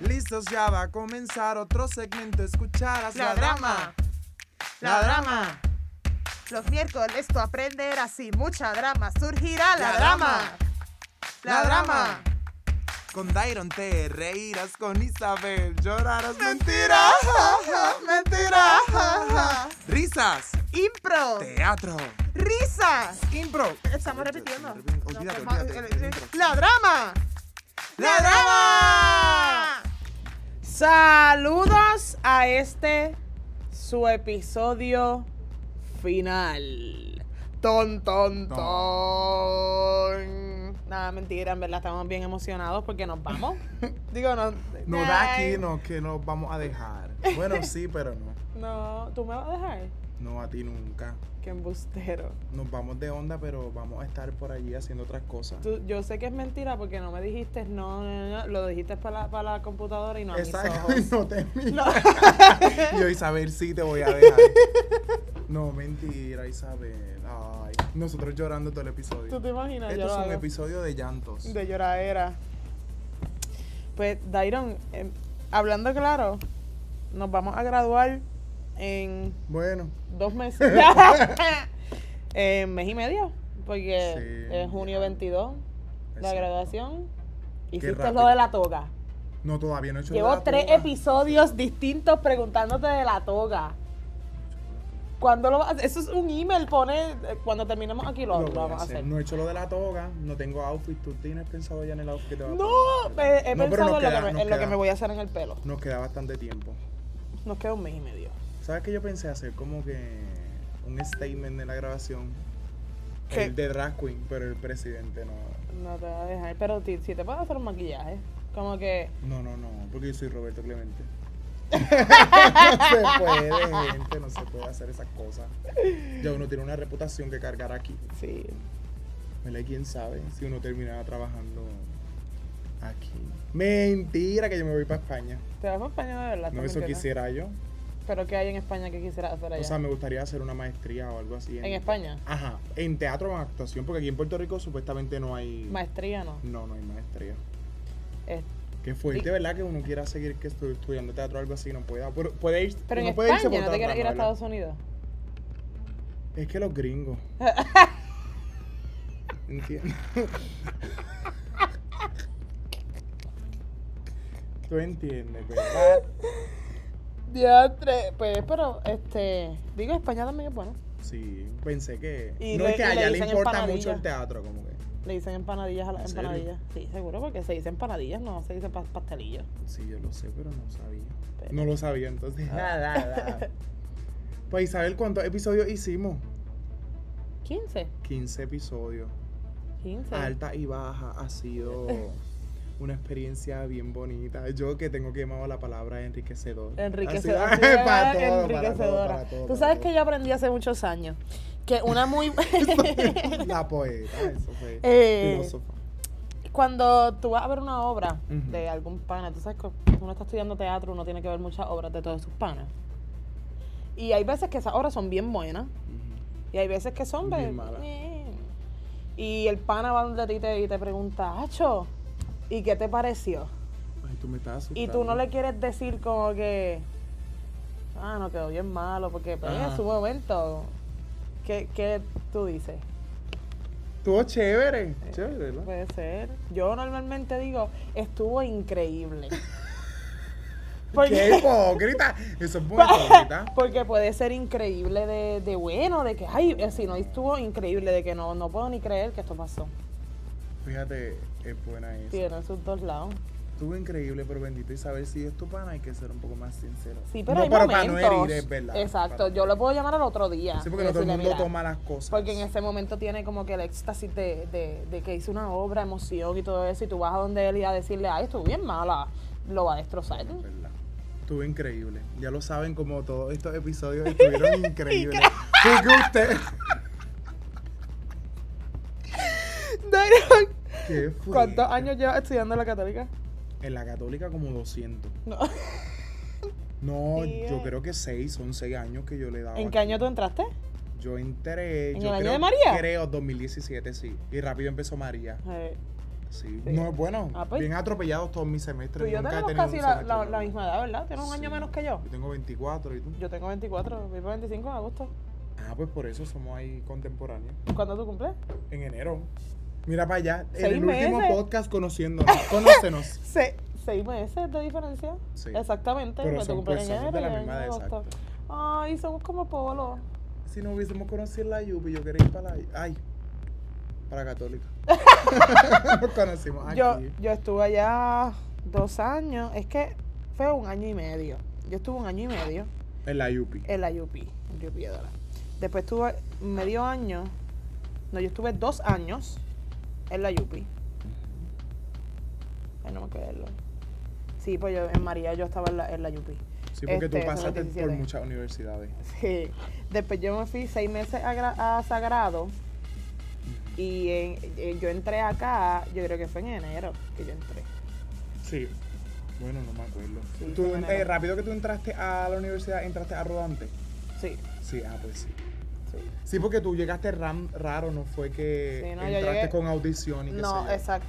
Listos, ya va a comenzar otro segmento. Escucharás La drama. La drama. Los miércoles tú aprenderás y mucha drama. Surgirá la, La drama. La drama. Con Dairon te reirás, con Isabel llorarás. Mentira, ja, ja, mentira. ja, ja. Risas, Impro. teatro, Risas. impro. Estamos repitiendo. Olvídate, pues, No, olvídate. estamos- impro. La drama. La drama. Saludos a este su episodio final. Ton, ton, ton. Nada, mentira, en verdad estamos bien emocionados porque nos vamos. Digo, no. No, de aquí no, que nos vamos a dejar. Bueno, sí, pues, pero no. No, tú me vas a dejar. No a ti nunca. Qué embustero. Nos vamos de onda, pero vamos a estar por allí haciendo otras cosas. Tú- yo sé que es mentira porque no me dijiste, no, no, no, lo dijiste para la, para la computadora y no a mis Exacto, ojos. no te miro. No. Yo, Isabel, sí te voy a dejar. No, mentira, Isabel. Ay, nosotros llorando todo el episodio. ¿Tú te imaginas? Yo Esto lo es un hago. episodio de llantos. De lloradera. Pues, Dairon, eh, hablando claro, nos vamos a graduar en Bueno, dos meses. en mes y medio, porque Sí, es junio ya. 22, la Exacto. graduación. Hiciste rápido. lo de la toga. no, todavía no he hecho Llevo la toga. tres episodios distintos preguntándote de la toga. ¿Cuándo lo vas a hacer? Eso es un email, pone. eh, Cuando terminemos aquí Lo lo, voy lo vamos a hacer. No he hecho lo de la toga, no tengo outfit. ¿Tú tienes pensado ya en el outfit que te va a No, poner? pe- eh, he No, pensado pero nos en, lo que queda- me, nos en lo que queda- me voy a hacer en el pelo. Nos queda bastante tiempo. Nos queda un mes y medio. ¿Sabes qué yo pensé hacer? Como que un statement de la grabación. ¿Qué? El de Drag Queen, pero el presidente no. No te va a dejar, pero ti- si te puedes hacer un maquillaje. Como que. No, no, no, porque yo soy Roberto Clemente. no se puede, gente, no se puede hacer esas cosas. Ya uno tiene una reputación que cargar aquí. Sí. ¿Vale? ¿Quién sabe si uno terminaba trabajando aquí? Mentira, que yo me voy para España. Te vas a España de verdad. No, ¿tú me eso entiendes? quisiera yo. Pero ¿qué hay en España que quisiera hacer allá? O sea, me gustaría hacer una maestría o algo así. en España. Ajá, en teatro o en actuación, porque aquí en Puerto Rico supuestamente no hay... Maestría no. No, no hay maestría. Es- Qué fuerte, Y- ¿verdad? Que uno quiera seguir que estu- estudiando teatro o algo así, no pueda. Pero, puede ir, Pero en uno puede irse por España, ¿no otra te quieres ir a rama, ¿verdad? Estados Unidos? Es que los gringos. Entiendo. Tú entiendes, ¿verdad? Diatre. Pues, pero, este. Digo, España también es bueno. Sí, pensé que. Y no le- es que y le a ella le dicen importa empanadilla. mucho el teatro, como que. Le dicen empanadillas a ¿En las serio? empanadillas. Sí, seguro, porque se dicen empanadillas, no se dicen pas- pastelillos. Sí, yo lo sé, pero no sabía. Pero- No lo sabía, entonces. Pues Isabel, ¿cuántos episodios hicimos? 15. 15 episodios. 15. alta y baja ha sido una experiencia bien bonita. Yo que tengo quemado la palabra enriquecedor. Enriquecedora. Ha sí, sido- era para todo, para todo, enriquecedora. para todo, Tú para sabes todo. que yo aprendí hace muchos años que una muy. la poeta, eso fue. Eh, filósofa. Cuando tú vas a ver una obra Ujú. de algún pana, tú sabes que uno está estudiando teatro, uno tiene que ver muchas obras de todos sus panas. Y hay veces que esas obras son bien buenas Ujú. y hay veces que son Bien de- malas. eh. Y el pana va donde ti y te, y te pregunta, Acho, ¿y qué te pareció? Ay, tú me estás asustando. Y tú no le quieres decir como que, ah, no quedó bien malo, porque pues, Ajá. es su momento. ¿Qué, qué tú dices? Estuvo Eh, chévere, chévere, ¿verdad? Puede ser. Yo normalmente digo, estuvo increíble. ¡Qué Porque, hipócrita! Eso es muy hipócrita. porque puede ser increíble de, de bueno, de que, ay, eh, si no estuvo increíble, de que no, no puedo ni creer que esto pasó. Fíjate, es buena esa. Tiene sus dos lados. Estuvo increíble, pero bendito Isabel, si es tu pana, hay que ser un poco más sincero. Sí, pero no, hay pero para momentos. no herir, es verdad. Exacto. Para- Yo lo puedo llamar al otro día. Sí, porque y no todo el decirle, mundo "Mira, toma las cosas. Porque en ese momento tiene como que el éxtasis de, de, de que hizo una obra, emoción y todo eso, y tú vas a donde él y a decirle, ay, estuvo bien mala, lo va a destrozar. Es verdad. Estuvo increíble. Ya lo saben, como todos estos episodios estuvieron increíbles. Porque usted. ¿Qué fue? ¿Cuántos años llevas estudiando la católica? En la católica, como 200. No. No, Sí, yo eh. creo que 6, son 6 años que yo le daba. ¿En qué año tú entraste? Yo entré. ¿En yo el año creo- de María? Eh, Creo, 2017, sí. Y rápido empezó María. Sí. Sí. No, bueno, Ah, pues. bien atropellados todos mis semestres. Tú y yo nunca he tenemos tenido casi un la, semestre la- largo. la misma edad, ¿verdad? Tienes un Sí. año menos que yo. Yo tengo 24 y tú. Yo tengo 24, vivo 25 en agosto. Ah, pues por eso somos ahí contemporáneos. ¿Cuándo tú cumples? En enero. Mira para allá, en Seis el último meses. podcast conociéndonos. Conócenos. Se- seis meses de diferencia. Sí. Exactamente, Pero porque tú son, cumples pues, en somos enero de y la yo en misma edad, agosto. exacto. Ay, somos como polos. Si no hubiésemos conocido la Yupi, yo quería ir para la. Ay, para Católica. Nos conocimos aquí. Yo, yo estuve allá dos años, es que fue un año y medio. Yo estuve un año y medio En la Yupi. en la UP, en UP Piedra. Después estuve medio año, no, yo estuve dos años en la UP. Ay, no me acuerdo. Sí, pues yo en María yo estaba en la, en la UP. Sí, porque Este, tú son los pasaste por 17. muchas universidades. Sí. Después yo me fui seis meses a, Gra- a Sagrado y en- eh, yo entré acá, yo creo que fue en enero que yo entré. Sí. Bueno, no me acuerdo. Sí, Tú, fue en eh, enero. rápido que tú entraste a la universidad, entraste a Rodante. Sí, Sí, ah, pues sí. sí. Sí, porque tú llegaste ram, raro, no fue que Sí, no, yo entraste llegué- con audición y qué sé No, yo. exacto.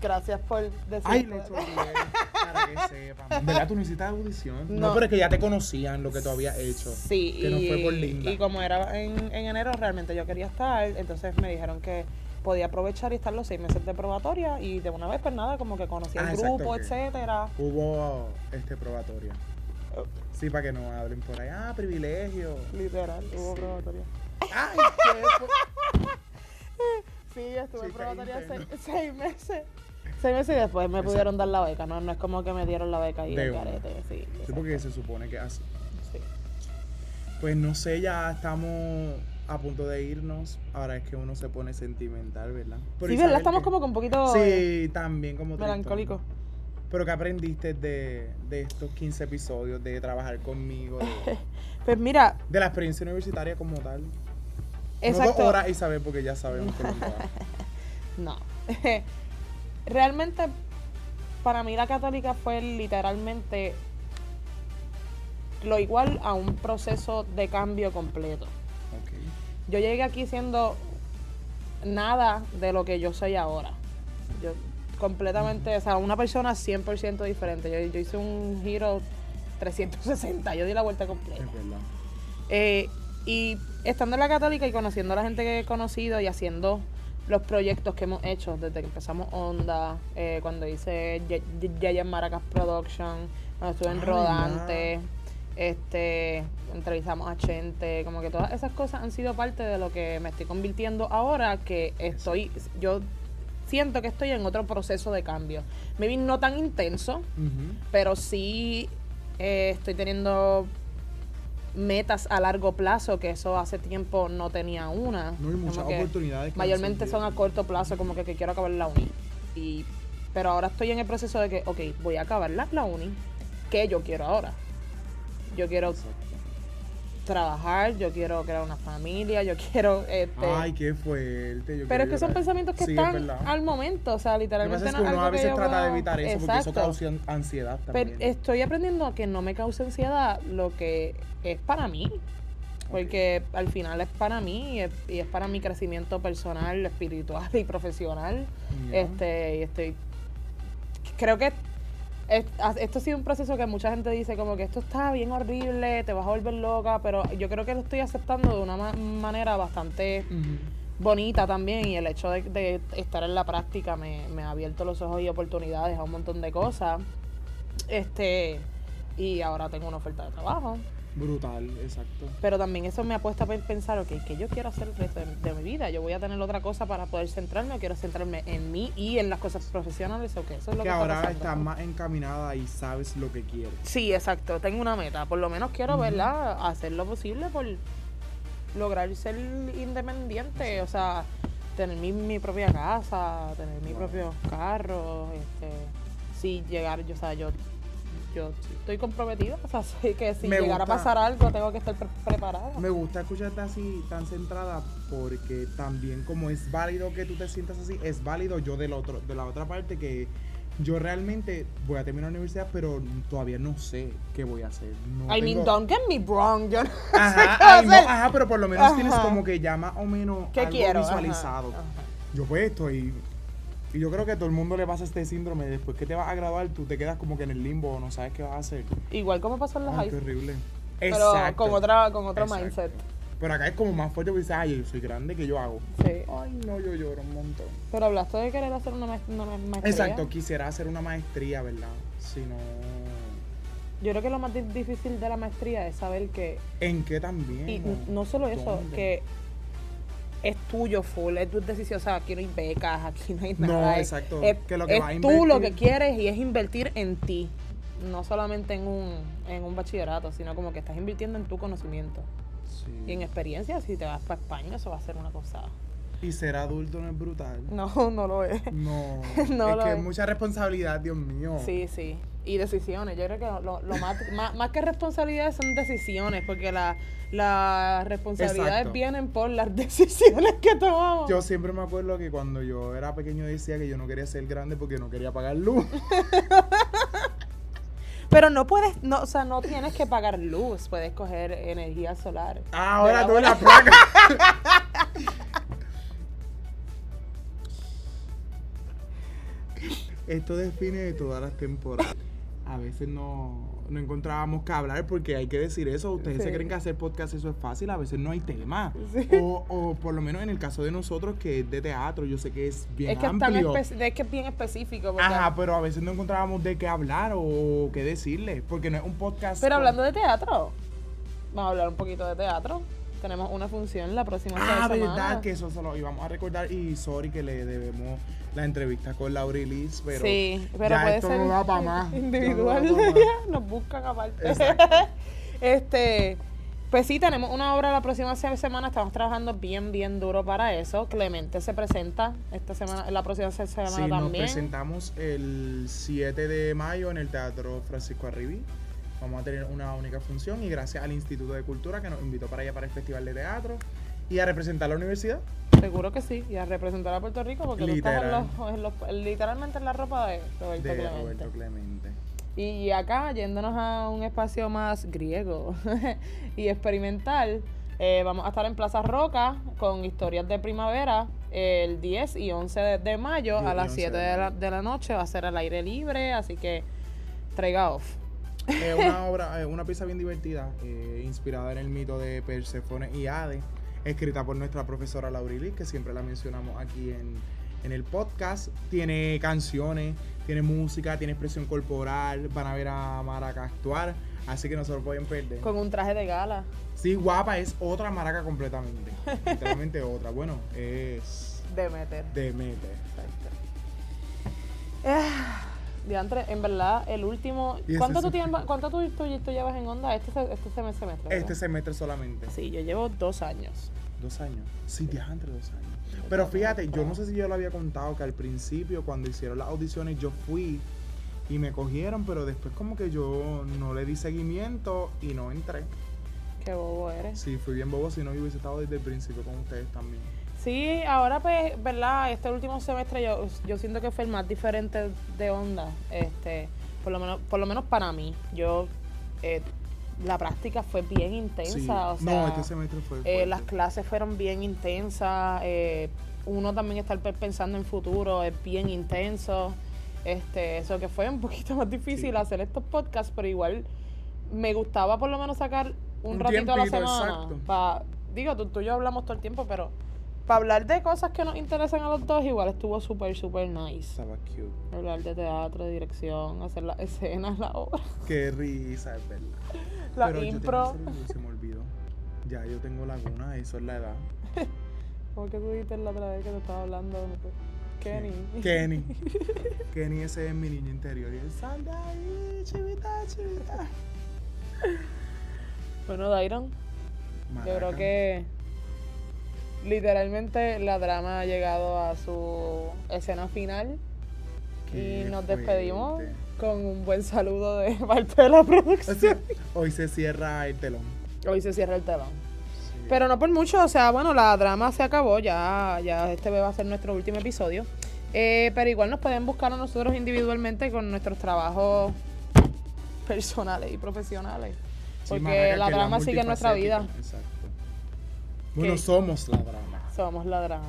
Gracias por decir. Ay, lo hizo bien, para que sepan. En ¿Verdad? Tú no hiciste audición. No. No. pero es que ya te conocían lo que tú habías hecho. Sí, que y, no fue por linda. y como era en, en enero, realmente yo quería estar, entonces me dijeron que podía aprovechar y estar los seis meses de probatoria y de una vez, pues nada, como que conocí Ah, el exacto, grupo, ok. etcétera. Hubo este probatoria. Oh. Sí, para que no hablen por ahí. Ah, privilegio. Literal, hubo Sí. probatoria. Ay, qué fue- Sí, yo estuve en Chiste probatoria interno. seis, seis meses. Seis meses y después me Exacto. pudieron dar la beca, no, no es como que me dieron la beca y De el una. carete, sí. Sí, exacto, porque se supone que así. sí. Pues no sé, ya estamos a punto de irnos. Ahora es que uno se pone sentimental, ¿verdad? Pero Sí, Isabel, ¿verdad? Estamos ¿qué? como que un poquito eh, Sí, también como tristón. melancólicos. Pero ¿qué aprendiste de, de estos 15 episodios, de trabajar conmigo, de, Pues mira, de la experiencia universitaria como tal? No exacto. dos horas, Isabel, porque ya sabemos que no va. No. Realmente, para mí la católica fue literalmente lo igual a un proceso de cambio completo. Ok. Yo llegué aquí siendo nada de lo que yo soy ahora. Yo completamente, o sea, una persona 100% diferente. Yo, yo hice un giro 360, yo di la vuelta completa. Es verdad. Eh, y estando en la católica y conociendo a la gente que he conocido y haciendo los proyectos que hemos hecho desde que empezamos Onda, eh, cuando hice Ye- Ye- Yaya en Maracas Production, cuando estuve en Ah, Rodante, este, entrevistamos a Chente, como que todas esas cosas han sido parte de lo que me estoy convirtiendo ahora, que estoy, yo siento que estoy en otro proceso de cambio. Maybe no tan intenso, Ujú. pero sí eh, estoy teniendo metas a largo plazo, que eso hace tiempo no tenía una. No hay Como muchas que oportunidades. que Mayormente nos han son a corto plazo, como que, que quiero acabar la uni. Y, pero ahora estoy en el proceso de que, ok, voy a acabar la, la uni, que yo quiero ahora. Yo quiero dado. trabajar, yo quiero crear una familia, yo quiero... Este, Ay, qué fuerte. pero yo es quiero que son llorar. pensamientos que Sí, es están verdad. al momento, o sea, Lo que pasa literalmente es que no es uno a algo que veces yo trata de puedo- evitar eso porque eso Exacto. causa an- ansiedad Pero también. estoy aprendiendo a que no me cause ansiedad lo que es para mí. Porque al final es para mí y es, y es para mi crecimiento personal, espiritual y profesional. Ya. Este, y estoy. Creo que es- ha- esto ha sido un proceso que mucha gente dice como que esto está bien horrible, te vas a volver loca, pero yo creo que lo estoy aceptando de una ma- manera bastante Ujú. bonita también y el hecho de, de estar en la práctica me, me ha abierto los ojos y oportunidades a un montón de cosas. Este, y ahora tengo una oferta de trabajo. Brutal, exacto. Pero también eso me ha puesto a pe- pensar, ok, ¿qué yo quiero hacer el resto de, de mi vida? Yo voy a tener otra cosa para poder centrarme, o quiero centrarme en mí y en las cosas profesionales, o qué? Eso es lo Que, que, está ahora pasando. estás más encaminada y sabes lo que quieres. Sí, exacto, tengo una meta. Por lo menos quiero, Ujú. ¿verdad? Hacer lo posible por lograr ser independiente, o sea, tener mi, mi propia casa, tener mi Wow. propio carro, este, sí, llegar, yo, o sea, yo, yo estoy comprometida, o sea, sé que si Me llegara gusta. a pasar algo tengo que estar pre- preparada. Me gusta escucharte así, tan centrada, porque también como es válido que tú te sientas así, es válido yo del otro, de la otra parte que yo realmente voy a terminar la universidad, pero todavía no sé qué voy a hacer. No I mean, tengo- don't get me wrong, yo no sé Ajá, qué va a ay, no, hacer. ajá, pero por lo menos tienes Ajá. como que ya más o menos ¿Qué algo quiero? Ajá, visualizado. ajá. Yo pues estoy Y yo creo que a todo el mundo le pasa este síndrome. Después que te vas a graduar, tú te quedas como que en el limbo, no sabes qué vas a hacer. Igual como pasó en las Ah, high qué school, horrible. pero con, otra, con otro Exacto. mindset. Pero acá es como más fuerte porque dices, ay, yo soy grande, ¿qué yo hago? Sí. Ay, no, yo lloro un montón. Pero hablaste de querer hacer una, maest- una maestría. Exacto, quisiera hacer una maestría, ¿verdad? Si no. Yo creo que lo más di- difícil de la maestría es saber que ¿En qué también? Y n- no solo eso, ¿Dónde? que es tuyo full, es tu decisión, o sea, aquí no hay becas, aquí no hay No, nada. es- exacto, Es, que lo que es vas a tú lo que invertir- quieres y es invertir en ti, no solamente en un, en un bachillerato, sino como que estás invirtiendo en tu conocimiento Sí. y en experiencia. Si te vas para España, eso va a ser una cosa. Y ser adulto no es brutal. No, no lo es. No, No es lo que es. es mucha responsabilidad, Dios mío. Sí, sí. Y decisiones. Yo creo que lo, lo más, más, más que responsabilidades son decisiones, porque la- las responsabilidades Exacto. vienen por las decisiones que tomamos. Yo siempre me acuerdo que cuando yo era pequeño decía que yo no quería ser grande porque no quería pagar luz. Pero no puedes, no, o sea, no tienes que pagar luz, puedes coger energía solar. Ah, ahora De tú la la placa. Esto define todas las temporadas. A veces no, no encontrábamos que hablar porque hay que decir eso. Ustedes Sí. se creen que hacer podcast eso es fácil, a veces no hay tema. Sí. O, o por lo menos en el caso de nosotros que es de teatro, yo sé que es bien es que, es tan amplio. espe- es que es bien específico. porque- Ajá, pero a veces no encontrábamos de qué hablar o qué decirle, porque no es un podcast. pero con- hablando de teatro, vamos a hablar un poquito de teatro. Tenemos una función la próxima Ah, semana. verdad, que eso se lo íbamos a recordar. Y sorry que le debemos la entrevista con Laura y Liz, pero. sí, pero ya puede esto ser no da pa' más, ya no da individual. pa' más. Nos buscan aparte. Exacto. Este, pues sí, tenemos una obra la próxima se- semana. Estamos trabajando bien, bien duro para eso. Clemente se presenta esta semana, la próxima se- semana Sí, nos también. presentamos el 7 de mayo en el Teatro Francisco Arribí. Vamos a tener una única función y gracias al Instituto de Cultura que nos invitó para allá para el Festival de Teatro y a representar la universidad. Seguro que sí, y a representar a Puerto Rico porque Literal. tú estás en los- en los- literalmente en la ropa de Roberto de Clemente. Roberto Clemente. Y acá, yéndonos a un espacio más griego y experimental, eh, vamos a estar en Plaza Roca con historias de primavera el 10 y 11 de, de mayo 10 a y las 11 7 de de la, mayo. de la noche. Va a ser al aire libre, así que traiga off. Es una obra, eh, una pieza bien divertida, eh, inspirada en el mito de Persefone y Hades, escrita por nuestra profesora Laurilis, que siempre la mencionamos aquí en, en el podcast. Tiene canciones, tiene música, tiene expresión corporal, van a ver a Maraca actuar, así que no se lo pueden perder. Con un traje de gala. Sí, guapa, es otra Maraca completamente, literalmente otra. Bueno, es de meter. Demeter. Ah, Diantre, en verdad, el último. Y ese ¿Cuánto, es tú, un- tienes, cuánto tú, tú- tú llevas en onda este, se- este semestre? semestre, Este verdad? semestre solamente. Sí, yo llevo dos años. Dos años. Sí, viaja entre dos años. Pero fíjate, yo no sé si yo lo había contado que al principio, cuando hicieron las audiciones, yo fui y me cogieron, pero después como que yo no le di seguimiento y no entré. Qué bobo eres. Sí, fui bien bobo, si no yo hubiese estado desde el principio con ustedes también. Sí, ahora pues, ¿verdad? Este último semestre yo, yo siento que fue el más diferente de onda, este, por lo menos, por lo menos para mí. Yo, eh, la práctica fue bien intensa, Sí. o sea, no, este semestre fue eh, fuerte. las clases fueron bien intensas, eh, uno también estar pe- pensando en futuro es bien intenso, este, eso que fue un poquito más difícil Sí. hacer estos podcasts, pero igual me gustaba por lo menos sacar un, Un ratito a la tiempito, semana. exacto. pa- digo, tú, tú y yo hablamos todo el tiempo, pero para hablar de cosas que nos interesan a los dos, igual estuvo súper, súper nice. Estaba cute. Hablar de teatro, de dirección, hacer las escenas, la obra, Qué risa, es verdad. la pero yo impro. tenía el celular y se me olvidó. Ya yo tengo laguna, eso es la edad. ¿Cómo que tú dijiste la otra vez que te estaba hablando? Kenny. Kenny. Kenny, ese es mi niño interior. Y él sal de ahí, chivita, chivita. Bueno, Dairon, yo creo Maraca. que literalmente la drama ha llegado a su escena final. Qué y nos despedimos fuerte. con un buen saludo de parte de la O producción. sea, hoy se cierra el telón. Hoy se cierra el telón. Pero no por mucho, o sea, bueno, la drama se acabó, ya, ya este va a ser nuestro último episodio. Eh, pero igual nos pueden buscar a nosotros individualmente con nuestros trabajos personales y profesionales. Sí, Porque Maraca, la que drama sigue en nuestra vida. multifacética, Exacto. Bueno, Que- somos la drama. Somos la drama.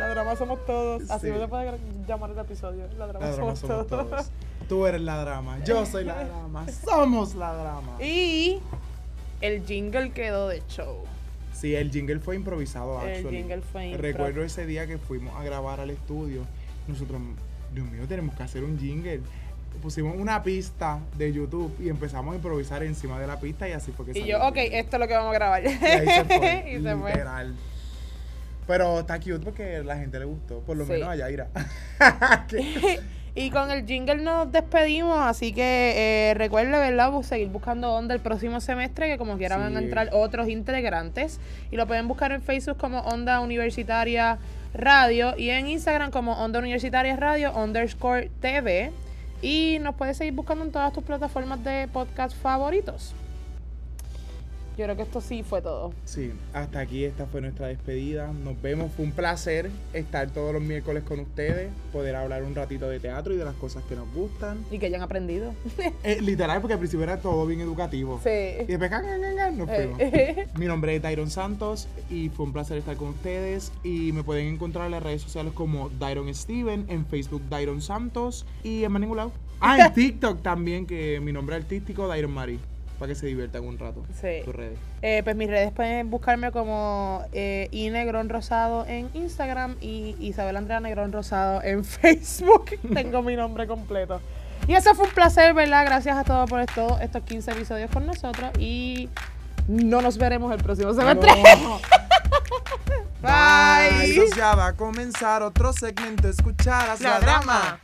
La drama somos todos. Así Sí. me puede llamar el episodio. La drama, La drama somos, somos todos. todos. Tú eres la drama, yo soy la drama, somos la drama. Y el jingle quedó de show. Sí, el jingle fue improvisado, El actually. jingle fue impro. Recuerdo ese día que fuimos a grabar al estudio. Nosotros, Dios mío, tenemos que hacer un jingle. Pusimos una pista de YouTube y empezamos a improvisar encima de la pista y así fue que Y salió yo, el ok, jingle. esto es lo que vamos a grabar. Y ahí se fue. Y se fue. literal. Pero está cute porque la gente le gustó, por lo Sí. menos a Yaira. Que- Y con el jingle nos despedimos, así que eh, recuerde, ¿verdad? Bu- Seguir buscando onda el próximo semestre, que como quiera van a Sí. entrar otros integrantes. Y lo pueden buscar en Facebook como Onda Universitaria Radio y en Instagram como Onda Universitaria Radio underscore TV. Y nos puedes seguir buscando en todas tus plataformas de podcast favoritos. Yo creo que esto sí fue todo. sí, hasta aquí esta fue nuestra despedida. Nos vemos, fue un placer estar todos los miércoles con ustedes, poder hablar un ratito de teatro y de las cosas que nos gustan. Y que hayan aprendido. Eh, literal, porque al principio era todo bien educativo. Y Sí. después, can, can, can, can, nos fuimos. Eh, Mi nombre es Dairon Santos y fue un placer estar con ustedes. Y me pueden encontrar en las redes sociales como Dairon Steven, en Facebook Dairon Santos y en más ningún lado. Ah, en TikTok también, que mi nombre artístico Dairon Mari, para que se diviertan un rato. Sí. Tus redes. Eh, pues mis redes pueden buscarme como eh, Inegrón Rosado en Instagram y Isabel Andrea Negrón Rosado en Facebook. Tengo mi nombre completo. Y eso fue un placer, ¿verdad? Gracias a todos por esto- estos 15 episodios con nosotros y no nos veremos el próximo semestre. Bye. Entonces ya va a comenzar otro segmento. Escucharás La drama.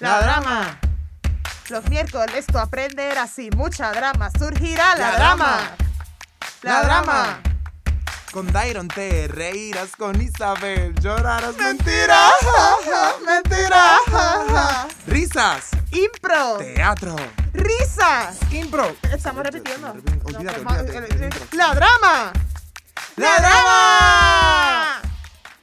La drama. Los miércoles tu aprender así. Mucha drama. Surgirá la, La drama. drama. La La drama. drama. Con Dairon te reirás, con Isabel llorarás. Mentiras, mentiras. Risas, Impro. teatro, Risas. impro. Estamos repitiendo. Olvídate, olvídate, olvídate, olvídate. La drama. La drama.